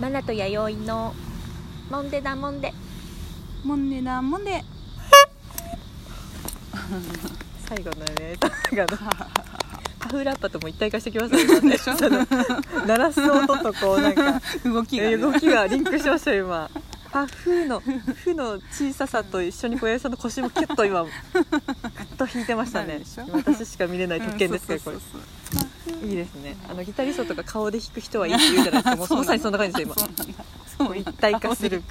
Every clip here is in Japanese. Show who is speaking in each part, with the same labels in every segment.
Speaker 1: マナと弥生のモンデだモンデ
Speaker 2: モンデだモンデ
Speaker 1: 最後のねがカフラッパとも一体化してきます ねでしょ鳴らす音とこうなんか
Speaker 2: 動きがね、
Speaker 1: 動きがリンクしました よ今パフのフの小ささと一緒に小林さんの腰もキュッと今グッと引いてました
Speaker 2: なる
Speaker 1: ね
Speaker 2: でしょ
Speaker 1: 私しか見れない特権ですけどこ
Speaker 2: うん
Speaker 1: れ
Speaker 2: そうそう
Speaker 1: いいですねあのギタリストとか顔で弾く人はいいって言うじゃないですかも う
Speaker 2: そうなの
Speaker 1: まさにそんな感じですよ
Speaker 2: そう
Speaker 1: 今
Speaker 2: そうそうなんだ
Speaker 1: こう 一体化する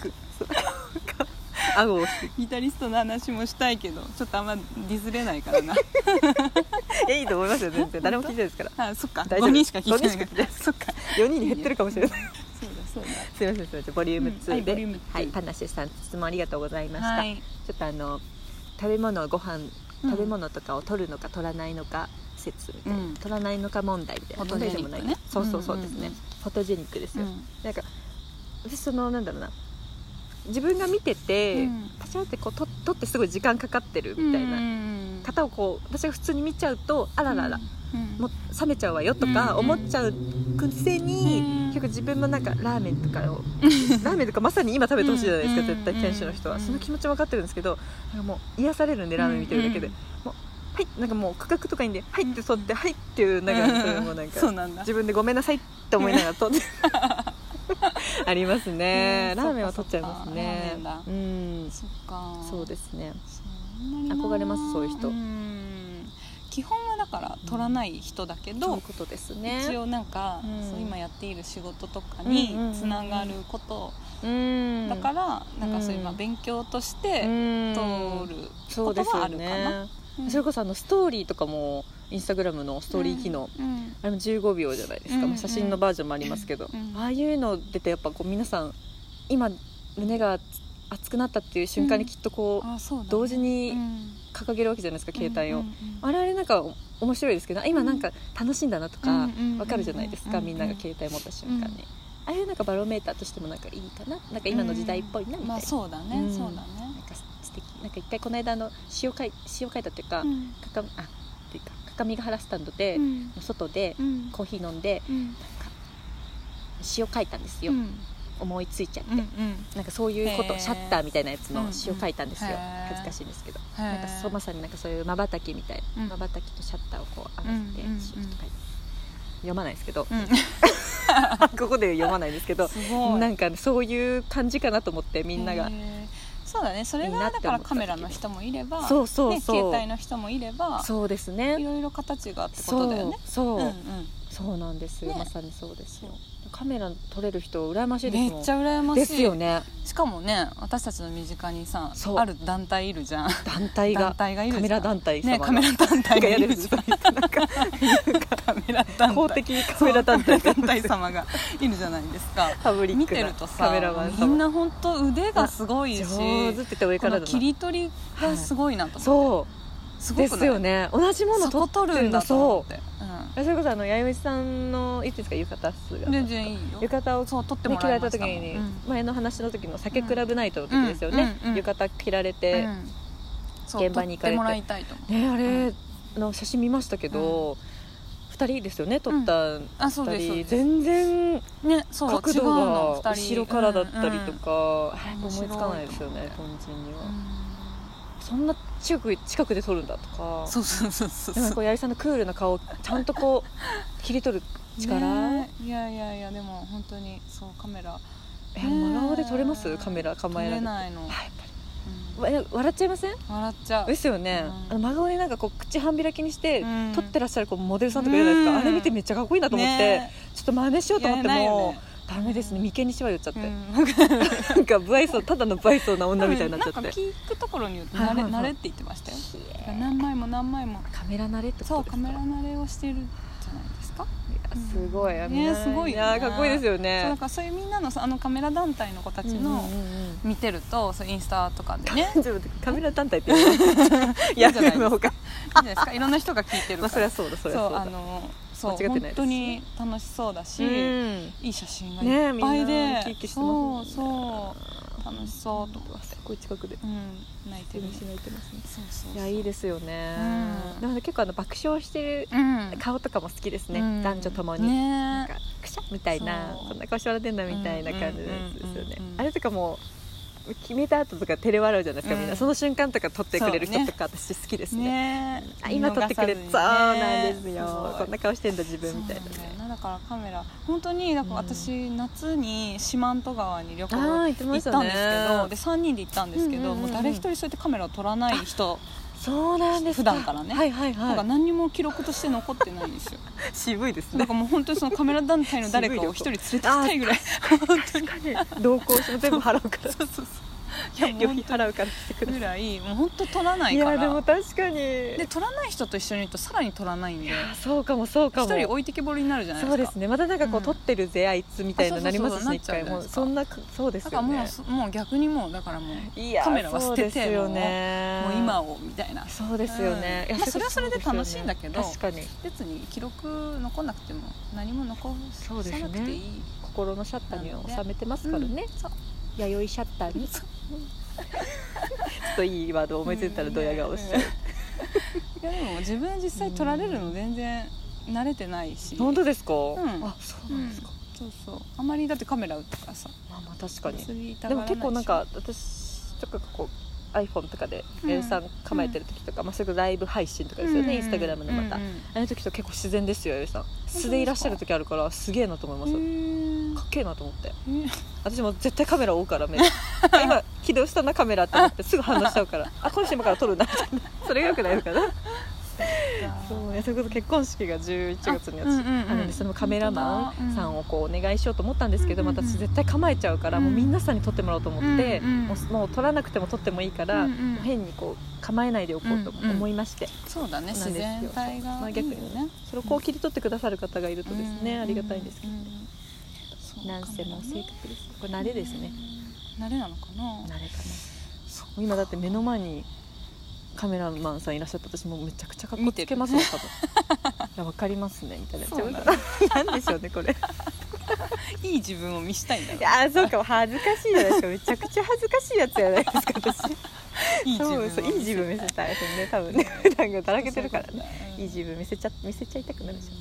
Speaker 1: 顎を引く
Speaker 2: ギタリストの話もしたいけどちょっとあんまディズれないから な
Speaker 1: いやいいと思いますよ全然誰も聞いてないですから
Speaker 2: あそっか
Speaker 1: 大丈夫
Speaker 2: 5人しか聞いてない
Speaker 1: 五人しか聞いてない
Speaker 2: そっか
Speaker 1: 4人に減ってるかもしれない
Speaker 2: そうだそうだ
Speaker 1: すみませんすみませんボリューム
Speaker 2: うんはい
Speaker 1: 2
Speaker 2: ボリ
Speaker 1: で、
Speaker 2: ューム2
Speaker 1: はいパンナシェフさん質問ありがとうございました、
Speaker 2: はい
Speaker 1: ちょっとあの食べ物ご飯
Speaker 2: うん
Speaker 1: 食べ物とかを取るのか取らないのか説みたいな、
Speaker 2: うん
Speaker 1: 取らないのか問題みたいな
Speaker 2: フォトジェニックね
Speaker 1: 問題でもないそうそうそう
Speaker 2: うん
Speaker 1: で
Speaker 2: うん
Speaker 1: す
Speaker 2: うん
Speaker 1: ね、フォトジェニックです
Speaker 2: う
Speaker 1: よ、
Speaker 2: ん
Speaker 1: なんか私そのなんだろうな自分が見てて、
Speaker 2: うん
Speaker 1: パシャってこうと取ってすごい時間かかってるみたいな
Speaker 2: な
Speaker 1: 方をこう私が普通に見ちゃうとあららら、もう冷めちゃうわよとか
Speaker 2: うん
Speaker 1: 思っちゃうくせに、
Speaker 2: うん
Speaker 1: 結構自分もなんかラーメンとか をラーメンとかまさに今食べてほしいじゃないですか、
Speaker 2: うん
Speaker 1: 絶対店主の人は、
Speaker 2: うん
Speaker 1: その気持ち分かってるんですけどなんかもう癒されるんでラーメン見てるだけで、
Speaker 2: うん
Speaker 1: もうはいなんかもう価格とかいいんで「はい」って取って「はい」っていうなんかそれもなんか
Speaker 2: そうなんだ
Speaker 1: 自分で「ごめんなさい」って思いながら取って ありますね、
Speaker 2: うん
Speaker 1: ラーメンは取っちゃいますね
Speaker 2: そっかそっかラー
Speaker 1: うん
Speaker 2: そっか
Speaker 1: そうですね
Speaker 2: そうあんまりな
Speaker 1: 憧れますそういう人
Speaker 2: ん基本はだから取らない人だけ
Speaker 1: そうい
Speaker 2: ど
Speaker 1: うことですね
Speaker 2: 一応なんか、
Speaker 1: うん
Speaker 2: そう今やっている仕事とか
Speaker 1: う
Speaker 2: に
Speaker 1: んうんうんうん
Speaker 2: つながること、
Speaker 1: うん
Speaker 2: だから、なんかそういうまあ
Speaker 1: うん
Speaker 2: 勉強として
Speaker 1: うん
Speaker 2: 通る
Speaker 1: そ
Speaker 2: こ
Speaker 1: うで
Speaker 2: と
Speaker 1: す
Speaker 2: はあ
Speaker 1: よ
Speaker 2: るかな、
Speaker 1: ね
Speaker 2: うん
Speaker 1: それこそあのストーリーとかもインスタグラムのストーリー機能、
Speaker 2: うん
Speaker 1: あれも15秒じゃないですか、
Speaker 2: うんうん
Speaker 1: 写真のバージョンもありますけど、
Speaker 2: うん
Speaker 1: ああいうの出てやっぱこう皆さん今胸が熱くなったっていう瞬間にきっとこう
Speaker 2: あそうだね
Speaker 1: 同時に
Speaker 2: うん
Speaker 1: 掲げるわけじゃないですか携帯を、
Speaker 2: うんうん
Speaker 1: あれあれなんか面白いですけどあ今なんか楽しいんだなと
Speaker 2: う
Speaker 1: か
Speaker 2: んうんうん
Speaker 1: わかるじゃないですか
Speaker 2: うん
Speaker 1: みんなが携帯持った瞬間
Speaker 2: うん
Speaker 1: にああいうなんかバロメーターとしてもなんかいいかななんか今の時代っぽいなみたいな、
Speaker 2: まあそうだね、
Speaker 1: うん
Speaker 2: そうだね、
Speaker 1: なんか素敵なんか一回この間あの詩を書い詩を書いたっていうか、
Speaker 2: うん
Speaker 1: かかあっていうか各務原スタンドで、
Speaker 2: うん
Speaker 1: 外で
Speaker 2: うん
Speaker 1: コーヒー飲んで
Speaker 2: うん
Speaker 1: 詩を書いたんですよ、
Speaker 2: うん
Speaker 1: 思いついちゃって、
Speaker 2: うんうん
Speaker 1: なんかそういうこ
Speaker 2: へ
Speaker 1: と
Speaker 2: ー
Speaker 1: シャッターみたいなやつの詩を書いたんですよ、
Speaker 2: うんうんへー
Speaker 1: 恥ずかしいんですけど
Speaker 2: へー
Speaker 1: なんかそうまさになんかそういうまばたきみたい
Speaker 2: うん
Speaker 1: まばたきとシャッターをこう合わせて
Speaker 2: うんうんうん
Speaker 1: 詩を書いて、読まないです けど
Speaker 2: うん
Speaker 1: ここで読まないですけど
Speaker 2: すごい
Speaker 1: なんかそういう感じかなと思ってみんなが
Speaker 2: へーそうだねそれ
Speaker 1: いいな
Speaker 2: が
Speaker 1: って
Speaker 2: だ
Speaker 1: 思っ
Speaker 2: か
Speaker 1: た
Speaker 2: らカメラの人もいれば
Speaker 1: そうそうそう
Speaker 2: ね、携帯の人もいれば
Speaker 1: そうです
Speaker 2: い
Speaker 1: ね
Speaker 2: ろいろ形があってこ
Speaker 1: そ
Speaker 2: と
Speaker 1: う
Speaker 2: だよね
Speaker 1: そう、
Speaker 2: うんうん
Speaker 1: そうなんですよ、
Speaker 2: ね
Speaker 1: まさにそうですよ
Speaker 2: そ
Speaker 1: カメラ撮れる人羨ましいです
Speaker 2: め
Speaker 1: もん
Speaker 2: っちゃ羨ましい
Speaker 1: ですよね
Speaker 2: しかもね私たちの身近にさ
Speaker 1: そう
Speaker 2: ある団体いるじゃん
Speaker 1: 団体が
Speaker 2: 団体がいるじゃ
Speaker 1: カ
Speaker 2: ん
Speaker 1: メラ団体様が、
Speaker 2: ねカメラ団体
Speaker 1: なんか
Speaker 2: が
Speaker 1: や
Speaker 2: い
Speaker 1: る
Speaker 2: る
Speaker 1: じ
Speaker 2: じ
Speaker 1: ゃ
Speaker 2: ゃ
Speaker 1: ん
Speaker 2: ん
Speaker 1: なんか
Speaker 2: カメラ団体
Speaker 1: 公的カメラ団
Speaker 2: そ
Speaker 1: 体
Speaker 2: うカメラ団体様がいるじゃないですか
Speaker 1: パブリッ
Speaker 2: 見
Speaker 1: ク
Speaker 2: て
Speaker 1: な
Speaker 2: るとさ
Speaker 1: カメラマン
Speaker 2: み
Speaker 1: 様
Speaker 2: んな本当腕がすごいし
Speaker 1: 上手って言って上
Speaker 2: こ
Speaker 1: から
Speaker 2: の
Speaker 1: だ
Speaker 2: 切
Speaker 1: な
Speaker 2: り取りがすごいなと思
Speaker 1: そ
Speaker 2: ってす
Speaker 1: う
Speaker 2: ごくな
Speaker 1: で
Speaker 2: い
Speaker 1: すよね同じもの
Speaker 2: そ
Speaker 1: 撮
Speaker 2: こ
Speaker 1: って
Speaker 2: 撮
Speaker 1: るの
Speaker 2: るんだと思
Speaker 1: そ
Speaker 2: って
Speaker 1: うそれこそあの弥生さんのいつですか浴衣姿
Speaker 2: うん全然いいよ
Speaker 1: 浴衣を
Speaker 2: そう撮って
Speaker 1: ね
Speaker 2: も
Speaker 1: 着ら
Speaker 2: らい
Speaker 1: れ
Speaker 2: ま
Speaker 1: た
Speaker 2: し
Speaker 1: 時
Speaker 2: たもん
Speaker 1: に、
Speaker 2: うん
Speaker 1: 前の話の時の酒クラブナイトの時ですよね、
Speaker 2: うんうんうん
Speaker 1: 浴衣着られて、
Speaker 2: うんそう
Speaker 1: 現場に行かれて
Speaker 2: 撮ってもらいたいと思う
Speaker 1: ねあれ、
Speaker 2: う
Speaker 1: あの写真見ましたけど、二人ですよね撮った
Speaker 2: あそう
Speaker 1: 二
Speaker 2: ですそう
Speaker 1: 人、
Speaker 2: です
Speaker 1: 全然
Speaker 2: ねそう
Speaker 1: 角
Speaker 2: 違う
Speaker 1: 度
Speaker 2: の
Speaker 1: が
Speaker 2: 二
Speaker 1: 後
Speaker 2: 人
Speaker 1: ろからだったり
Speaker 2: う
Speaker 1: と
Speaker 2: ん
Speaker 1: か、あ
Speaker 2: う
Speaker 1: れ
Speaker 2: んうん
Speaker 1: 思いつかないです
Speaker 2: 面白いと
Speaker 1: よね凡人には、
Speaker 2: うん
Speaker 1: そんな近く近くで撮るんだとか
Speaker 2: そうそうそうそう
Speaker 1: でもこう八重さんのクールな顔をちゃんとこう切り取る力、
Speaker 2: ねいやいやいやでも本当にそうカメラ
Speaker 1: え真顔で撮れますカメラ構
Speaker 2: 撮
Speaker 1: えられ
Speaker 2: れ
Speaker 1: て
Speaker 2: ないの、
Speaker 1: あやっぱ
Speaker 2: うん
Speaker 1: りわえ笑っちゃいません
Speaker 2: 笑っちゃう
Speaker 1: ですよね、
Speaker 2: うん
Speaker 1: あの真顔でなんかこう口半開きにして、
Speaker 2: うん
Speaker 1: 撮ってらっしゃるこうモデルさんとかいるじゃないですか、
Speaker 2: うん
Speaker 1: あれ見てめっちゃかっこいいなと思って、
Speaker 2: ね
Speaker 1: ちょっと真似しようと思って
Speaker 2: いやいないよ
Speaker 1: も、
Speaker 2: ね
Speaker 1: ダメですね眉間にしわ寄っちゃって、
Speaker 2: うん
Speaker 1: なんか不愛想ただの不愛想な女みたいになっちゃって、
Speaker 2: うんなんか聞くところによって
Speaker 1: は
Speaker 2: 慣
Speaker 1: い
Speaker 2: れ,、
Speaker 1: はいはい
Speaker 2: 慣れって言ってましたよ
Speaker 1: ひえ
Speaker 2: だから何枚も何枚も
Speaker 1: カメラ慣れってことですか
Speaker 2: そうカメラ慣れをしてるじゃないですか
Speaker 1: すごい、
Speaker 2: うん
Speaker 1: 危な
Speaker 2: ねすごいよね
Speaker 1: やーかっこいいですよ
Speaker 2: そうだ
Speaker 1: ね
Speaker 2: からそういうみんなのさあのカメラ団体の子たち
Speaker 1: う
Speaker 2: の
Speaker 1: んうんうんうん
Speaker 2: 見てるとそうインスタとかで ね
Speaker 1: ちょっと待ってカメラ団体って言うの いや
Speaker 2: いいんじゃないですか
Speaker 1: のほか
Speaker 2: いいじゃないですかいろんな人が聞いてる
Speaker 1: ま
Speaker 2: か
Speaker 1: あ
Speaker 2: ら
Speaker 1: そりゃそうだそりゃそう
Speaker 2: あ
Speaker 1: だ
Speaker 2: のそう
Speaker 1: 間違ってないです
Speaker 2: 本当に楽しそうだし、
Speaker 1: うん
Speaker 2: いい写真がいっぱいで、
Speaker 1: ねえみんな生き生きしてますもんね
Speaker 2: そうそう楽しそうと思って
Speaker 1: すごい近くで
Speaker 2: うん泣いて
Speaker 1: 手
Speaker 2: る
Speaker 1: に
Speaker 2: ね
Speaker 1: しないてますね
Speaker 2: そうそうそう
Speaker 1: いやいいですよね
Speaker 2: うん
Speaker 1: でもね結構あの爆笑してる
Speaker 2: うん
Speaker 1: 顔とかも好きですね、
Speaker 2: うん
Speaker 1: 男女ともに、なん
Speaker 2: ね
Speaker 1: かくしゃみたいな
Speaker 2: そう
Speaker 1: こんな顔して笑ってんだみたいな感じのやつです
Speaker 2: うん
Speaker 1: よね
Speaker 2: うんうんうん
Speaker 1: あれとかもう決めた後とか照れ笑うじゃないですか、みん
Speaker 2: う
Speaker 1: なんその瞬間とか撮ってくれる
Speaker 2: そう
Speaker 1: 人
Speaker 2: ね
Speaker 1: とか私好きですね
Speaker 2: ね
Speaker 1: あ今撮ってくれた、
Speaker 2: 見逃
Speaker 1: そ
Speaker 2: さ
Speaker 1: う
Speaker 2: ずにね
Speaker 1: なんですよ
Speaker 2: そう
Speaker 1: こんな顔してんだ自分みたいな
Speaker 2: そうなんだ
Speaker 1: ね
Speaker 2: よなだからカメラ本当にだから私、夏に四万十川に旅行
Speaker 1: あー行って
Speaker 2: 行
Speaker 1: ま
Speaker 2: っ
Speaker 1: した
Speaker 2: た
Speaker 1: ね
Speaker 2: んですけど、で3人で行ったんですけど、
Speaker 1: うんうんうんうん
Speaker 2: もう誰一人そうやってカメラを撮らない人
Speaker 1: そうなんです
Speaker 2: 普段からね
Speaker 1: はいはい
Speaker 2: なん
Speaker 1: は
Speaker 2: か
Speaker 1: い
Speaker 2: 何にも記録として残ってないんですよ
Speaker 1: 渋いです
Speaker 2: な
Speaker 1: ね
Speaker 2: んかもう本当にそのカメラ団体の誰かを一人連れてきたいぐらい
Speaker 1: 確かに同行しても全部払うか ら
Speaker 2: そうそうそういや
Speaker 1: 旅
Speaker 2: もう
Speaker 1: 費払うからしてくだ
Speaker 2: ぐ
Speaker 1: さ
Speaker 2: らいもう本当撮らないい
Speaker 1: い
Speaker 2: から
Speaker 1: やでも確かに
Speaker 2: で撮らない人と一緒にいるとさらに撮らないんで
Speaker 1: あそうかもそうか
Speaker 2: 一
Speaker 1: も
Speaker 2: 人置いてけぼりになるじゃないで
Speaker 1: そう
Speaker 2: すか
Speaker 1: ですねまたなんかこう、
Speaker 2: うん
Speaker 1: 撮ってるぜあいつみたいななりますしね
Speaker 2: あ
Speaker 1: 一
Speaker 2: そうそうそう
Speaker 1: 回も
Speaker 2: なっちゃうじゃないうですか
Speaker 1: そんなくそうです
Speaker 2: だ
Speaker 1: よ
Speaker 2: か
Speaker 1: ね
Speaker 2: らもうそもう逆にもうだからもう
Speaker 1: いや
Speaker 2: カメラは捨てて
Speaker 1: そうですよね
Speaker 2: もう今をみたいな
Speaker 1: そうですよね、
Speaker 2: うん
Speaker 1: い
Speaker 2: ま
Speaker 1: や
Speaker 2: あそれはそれで楽しいんだけど
Speaker 1: 確かに
Speaker 2: 別に記録残んなくても何も残さ
Speaker 1: そうですね
Speaker 2: なくていい
Speaker 1: 心のシャッターに収めてます
Speaker 2: か
Speaker 1: からら
Speaker 2: ね
Speaker 1: ね、弥生シャッターにちょっといいワード思いついたらドヤ顔しちゃう、
Speaker 2: いやでも自分実際撮られるの全然慣れてないし
Speaker 1: 本当ですか、
Speaker 2: ん
Speaker 1: あそう
Speaker 2: う
Speaker 1: なん
Speaker 2: ん
Speaker 1: ですか、
Speaker 2: そうそうあまりだってカメラとかさ
Speaker 1: まあまあ確かに
Speaker 2: それ言いた
Speaker 1: で
Speaker 2: がらない
Speaker 1: も
Speaker 2: し
Speaker 1: 結構なんか私とかこう iPhone とかで
Speaker 2: うん
Speaker 1: 原産構えてる時とか、まあ、すぐライブ配信とかですよね、インスタグラムのまた、
Speaker 2: うん
Speaker 1: あの時と結構自然ですよ弥生さん素でいらっしゃる時あるからすげえなと思います、
Speaker 2: うん
Speaker 1: かっけえなと思って
Speaker 2: うんへー
Speaker 1: 私も絶対カメラ追うか ら目あ今起動したなカメラって思ってすぐ反応しちゃうからあこの人今から撮るなみ たいなそれがよくないのかなそうねそれこそ結婚式が11月に
Speaker 2: あ
Speaker 1: 私
Speaker 2: うんうんうん
Speaker 1: あのねそのカメラマンさんをこうお願いしようと思ったんですけど、
Speaker 2: うんうんうん
Speaker 1: 私絶対構えちゃうから、もう皆さんに撮ってもらおうと思って、
Speaker 2: うんうん
Speaker 1: もうもう撮らなくても撮ってもいいから、
Speaker 2: うんうん
Speaker 1: もう変にこう構えないでおこうと思いまして、
Speaker 2: そうだね
Speaker 1: そうな
Speaker 2: 自
Speaker 1: んですよ
Speaker 2: 然体が
Speaker 1: まあ
Speaker 2: いい
Speaker 1: 逆
Speaker 2: よ
Speaker 1: に
Speaker 2: ね
Speaker 1: それをこう切り取ってくださる方がいるとですね、
Speaker 2: うん
Speaker 1: ありがたいんですけど、
Speaker 2: うんそう
Speaker 1: なんせもう性格ですこ
Speaker 2: カ
Speaker 1: れ
Speaker 2: メラ
Speaker 1: 慣れですね、
Speaker 2: うん慣れなのかな
Speaker 1: 慣れかな今だって目の前にカメラマンさんいらっしゃった私もうめちゃくちゃかっこつけますよ多分いやわかりますねみたいな
Speaker 2: そうなの
Speaker 1: なんでしょうねこれ
Speaker 2: いい自分を見したいんだろ
Speaker 1: いやーそうかも恥ずかしいじゃないですかめちゃくちゃ恥ずかしいやつじゃないですか 私
Speaker 2: ういい自
Speaker 1: そ
Speaker 2: 分
Speaker 1: う
Speaker 2: を
Speaker 1: そういい自分見せたいですね多分ねなんかだらけてるからねいい自分見せちゃ見せちゃいたくなるじゃん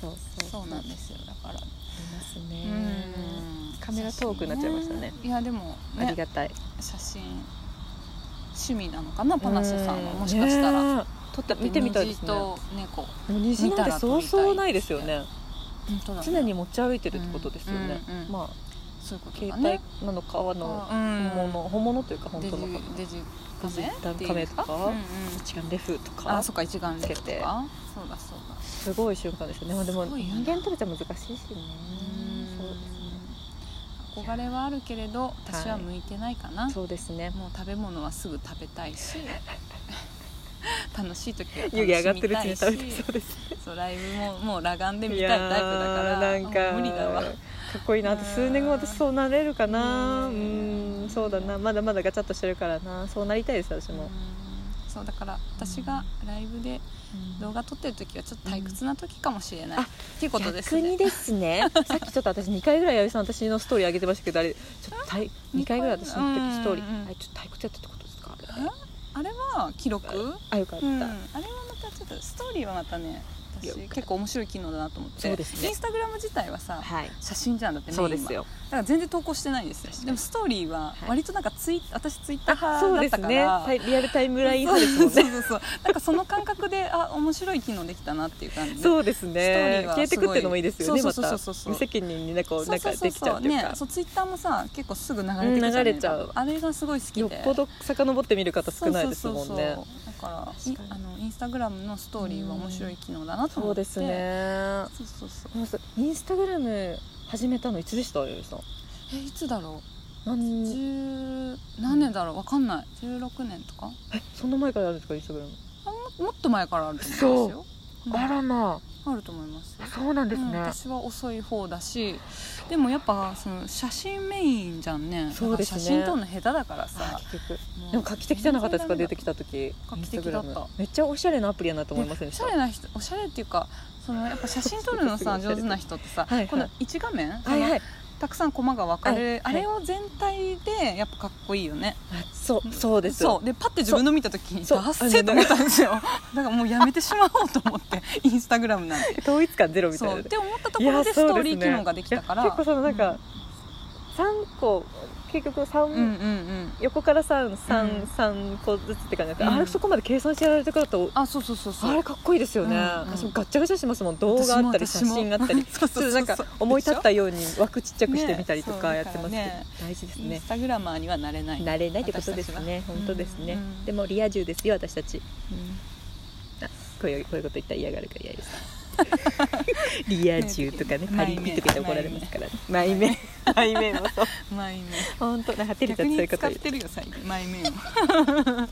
Speaker 1: そうそう
Speaker 2: そうなん
Speaker 1: い
Speaker 2: ですよだから
Speaker 1: ますねカメラトークになっちゃいましたね
Speaker 2: いやでも
Speaker 1: あり
Speaker 2: ね
Speaker 1: がたい
Speaker 2: 写真趣味なのかなパナシェさんはもしかしたら
Speaker 1: ら撮って見てみたいですね
Speaker 2: 虹と猫
Speaker 1: もう虹なんてそうそうないですよ
Speaker 2: 見た
Speaker 1: ね
Speaker 2: 本当だね
Speaker 1: 常に持ち歩いてるってことですよね、
Speaker 2: うんうんうん
Speaker 1: ま
Speaker 2: そういうこ
Speaker 1: あ
Speaker 2: と
Speaker 1: 携
Speaker 2: だね
Speaker 1: 帯なのかあの
Speaker 2: うん
Speaker 1: 本物本物というか本
Speaker 2: デ
Speaker 1: 当
Speaker 2: ジ
Speaker 1: のか
Speaker 2: デジ
Speaker 1: デジ
Speaker 2: カメっていう
Speaker 1: カメとか
Speaker 2: うんうん
Speaker 1: 一眼レフとか
Speaker 2: あそっか一眼レフ
Speaker 1: つ
Speaker 2: と
Speaker 1: けて
Speaker 2: かそうだそうだ
Speaker 1: すごい瞬間ですよねまあでも
Speaker 2: すごいよ
Speaker 1: 人
Speaker 2: ね
Speaker 1: 間とれちゃ難しいしねそうですね
Speaker 2: うん憧れはあるけれど私は向いてないかな、
Speaker 1: そうですね
Speaker 2: もう食べ物はすぐ食べたい し楽しい時は楽し
Speaker 1: 湯気上がってるうち
Speaker 2: み
Speaker 1: に
Speaker 2: たい
Speaker 1: 食
Speaker 2: し
Speaker 1: べてそうです
Speaker 2: そうライブももう裸眼で見
Speaker 1: い
Speaker 2: たいタイ
Speaker 1: や
Speaker 2: プだから
Speaker 1: ーな
Speaker 2: あ
Speaker 1: んか
Speaker 2: もう無理だわ
Speaker 1: かっこいいなあと数年後私そうなれるかなう
Speaker 2: うん
Speaker 1: んそうだなまだまだガチャっとしてるからなそうなりたいです私
Speaker 2: う
Speaker 1: も
Speaker 2: んそうだから私がライブで動画撮ってる時はちょっと退屈な時かもしれない、
Speaker 1: うんあ
Speaker 2: っていうことです
Speaker 1: 逆に
Speaker 2: ね
Speaker 1: ですね さっきちょっと私2回ぐらい弥生さん私のストーリー上げてましたけどあれちょっとたい2回ぐらい私の時ストーリ
Speaker 2: うんうんう
Speaker 1: ー
Speaker 2: ん
Speaker 1: あれちょっと退屈やったってことですか
Speaker 2: えあれは記録
Speaker 1: あよかった、
Speaker 2: うん、あれはまたちょっとストーリーはまたね私
Speaker 1: よく
Speaker 2: 結構面白い機能だなと思って
Speaker 1: そうですね
Speaker 2: インスタグラム自体はさ
Speaker 1: はい
Speaker 2: 写真じゃんだってメイン
Speaker 1: そ
Speaker 2: は
Speaker 1: うですよ
Speaker 2: だから全然投稿してないんですよ
Speaker 1: 確かに
Speaker 2: でもストーリーは
Speaker 1: はい
Speaker 2: 割となんかツイ、私ツイッター
Speaker 1: あそう
Speaker 2: 派だ
Speaker 1: で
Speaker 2: っ
Speaker 1: す
Speaker 2: たか
Speaker 1: ね
Speaker 2: ら
Speaker 1: タイリアルタイムライン
Speaker 2: そう
Speaker 1: 派ですも
Speaker 2: そう
Speaker 1: んね
Speaker 2: そうそうなんかその感覚であ面白い機能できたなっていう感じで
Speaker 1: そうです
Speaker 2: ストーリ
Speaker 1: ね
Speaker 2: ーは
Speaker 1: 消えてくっていうのもいいですよね
Speaker 2: すご
Speaker 1: ま
Speaker 2: いそう
Speaker 1: た
Speaker 2: そうそうそう
Speaker 1: 無責任になんかなんかできちゃうっていう
Speaker 2: ね
Speaker 1: か
Speaker 2: そうツイッターもさ結構すぐ流れてくじゃん
Speaker 1: うん流れちゃう
Speaker 2: あれがすごい好きで
Speaker 1: よっぽど遡って見る方少ないですもん
Speaker 2: そうそうそう
Speaker 1: ね
Speaker 2: そうだから
Speaker 1: 確
Speaker 2: い
Speaker 1: かに
Speaker 2: あのインスタグラムのストーリーは面白い機能だなと
Speaker 1: そ
Speaker 2: 思
Speaker 1: う
Speaker 2: って
Speaker 1: ですね
Speaker 2: そうそうそう
Speaker 1: まずインスタグラム始めたのいつでした弥生さん
Speaker 2: えいつだろう
Speaker 1: 何
Speaker 2: 十何年だろうわかんない16年とか
Speaker 1: えそんな前からあるんですかインスタグラム
Speaker 2: あももっと前からあると思いますようん
Speaker 1: あらま
Speaker 2: あると思いますよ
Speaker 1: あそうなんです
Speaker 2: うん
Speaker 1: ね、
Speaker 2: 私は遅い方だしでもやっぱその写真メインじゃんね
Speaker 1: そうですね
Speaker 2: だから写真撮るの下手だから
Speaker 1: あ
Speaker 2: さ
Speaker 1: 結局
Speaker 2: もう
Speaker 1: でも画期的じゃなかったですか
Speaker 2: 全然
Speaker 1: 出てきた時
Speaker 2: 画期的だった
Speaker 1: Instagram めっちゃおしゃれなアプリやなと思いませんでした
Speaker 2: おしゃれな人おしゃれっていうかそのやっぱ写真撮るの
Speaker 1: すごいお
Speaker 2: さ
Speaker 1: しゃれ
Speaker 2: 上手な人ってさ
Speaker 1: はいはい
Speaker 2: この一画面
Speaker 1: はいはい
Speaker 2: たくさん駒が分かれ、
Speaker 1: はい
Speaker 2: あれを全体でやっぱかっこいいよね
Speaker 1: あそうそうです
Speaker 2: そうでパッて自分の見た時に
Speaker 1: そう
Speaker 2: ダッセーと思ったんですよ だからもうやめてしまおうと思ってインスタグラムなんて
Speaker 1: 統一感ゼロみたい
Speaker 2: そう
Speaker 1: な
Speaker 2: って思ったところでストーリー機能ができたから
Speaker 1: いや結構そのなんか、3個結局3、
Speaker 2: うんうんうんうん
Speaker 1: 横から
Speaker 2: う
Speaker 1: 333、
Speaker 2: ん
Speaker 1: 3個ずつって感じだった、
Speaker 2: うん
Speaker 1: あれそこまで計算してやられてからと
Speaker 2: あそうそうそうそう
Speaker 1: あれかっこいいですよね、
Speaker 2: うんうん
Speaker 1: 私もガッチャガチャしてますもん動画あったり
Speaker 2: 私
Speaker 1: 写
Speaker 2: も
Speaker 1: 真あったり
Speaker 2: そう そうそうそう
Speaker 1: ちょっとなんか思い立ったように枠ちっちゃくしてみたりとか
Speaker 2: ね
Speaker 1: やってま
Speaker 2: そ
Speaker 1: すけど、
Speaker 2: うだからね
Speaker 1: 大事です
Speaker 2: イン
Speaker 1: ね
Speaker 2: スタグラマーにはなれない
Speaker 1: 慣れないってことです
Speaker 2: 私
Speaker 1: ね
Speaker 2: たちは
Speaker 1: 本当ですね、
Speaker 2: うんうん
Speaker 1: でもリア充ですよ私たち、あこういうこういうこと言ったら嫌がるから嫌です リア充とかね
Speaker 2: ね
Speaker 1: パリピとか言ったら怒られますからね前面 前面もそう
Speaker 2: マイメ
Speaker 1: 本当なんかテレビ
Speaker 2: 逆
Speaker 1: だとそうい
Speaker 2: に使ってる
Speaker 1: うこと言う
Speaker 2: よ最近マイメを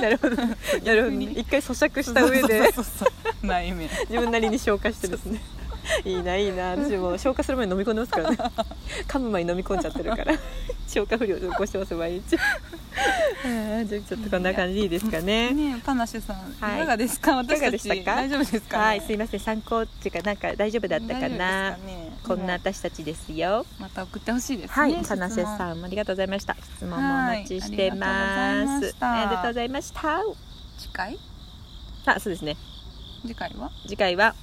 Speaker 1: なるほ どなるほどね一回咀嚼した上で
Speaker 2: そうそうそうそうマイメ
Speaker 1: 自分なりに消化してです ねいいないいな私も消化する前に飲み込んでますからね噛む前に飲み込んじゃってる から消化不良で起こしてます毎日うんじゃあちょっとこんな感じでいいですかね
Speaker 2: ねえパナシェさん、
Speaker 1: はい
Speaker 2: い、かがですか
Speaker 1: いか
Speaker 2: 私
Speaker 1: が
Speaker 2: た
Speaker 1: で
Speaker 2: ち
Speaker 1: したか
Speaker 2: 大丈夫ですか、ね、
Speaker 1: はいすいません参考っていうかなんか大丈夫だったか
Speaker 2: 大
Speaker 1: な
Speaker 2: 丈夫ですかね
Speaker 1: こんな私たちですよ
Speaker 2: また送ってほしいですね
Speaker 1: はい、
Speaker 2: 質
Speaker 1: か
Speaker 2: 問
Speaker 1: なせさんありがとうございました質問もお待ちしてます
Speaker 2: はい
Speaker 1: あ
Speaker 2: あ
Speaker 1: り
Speaker 2: り
Speaker 1: が
Speaker 2: が
Speaker 1: と
Speaker 2: と
Speaker 1: う
Speaker 2: う
Speaker 1: ご
Speaker 2: ご
Speaker 1: ざいました
Speaker 2: 次回
Speaker 1: さあそうですね
Speaker 2: 次回は
Speaker 1: 次回は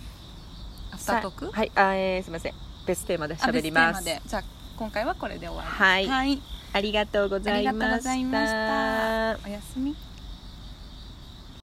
Speaker 2: アフタ
Speaker 1: さ
Speaker 2: ートーク
Speaker 1: はいあえーすいません別テーマで
Speaker 2: あ
Speaker 1: 喋りま
Speaker 2: 別
Speaker 1: す
Speaker 2: テーマでじゃあ今回はこれで終わり
Speaker 1: はい
Speaker 2: はい、
Speaker 1: ありがとうございま
Speaker 2: ありがとうございま
Speaker 1: し
Speaker 2: したたおやすみ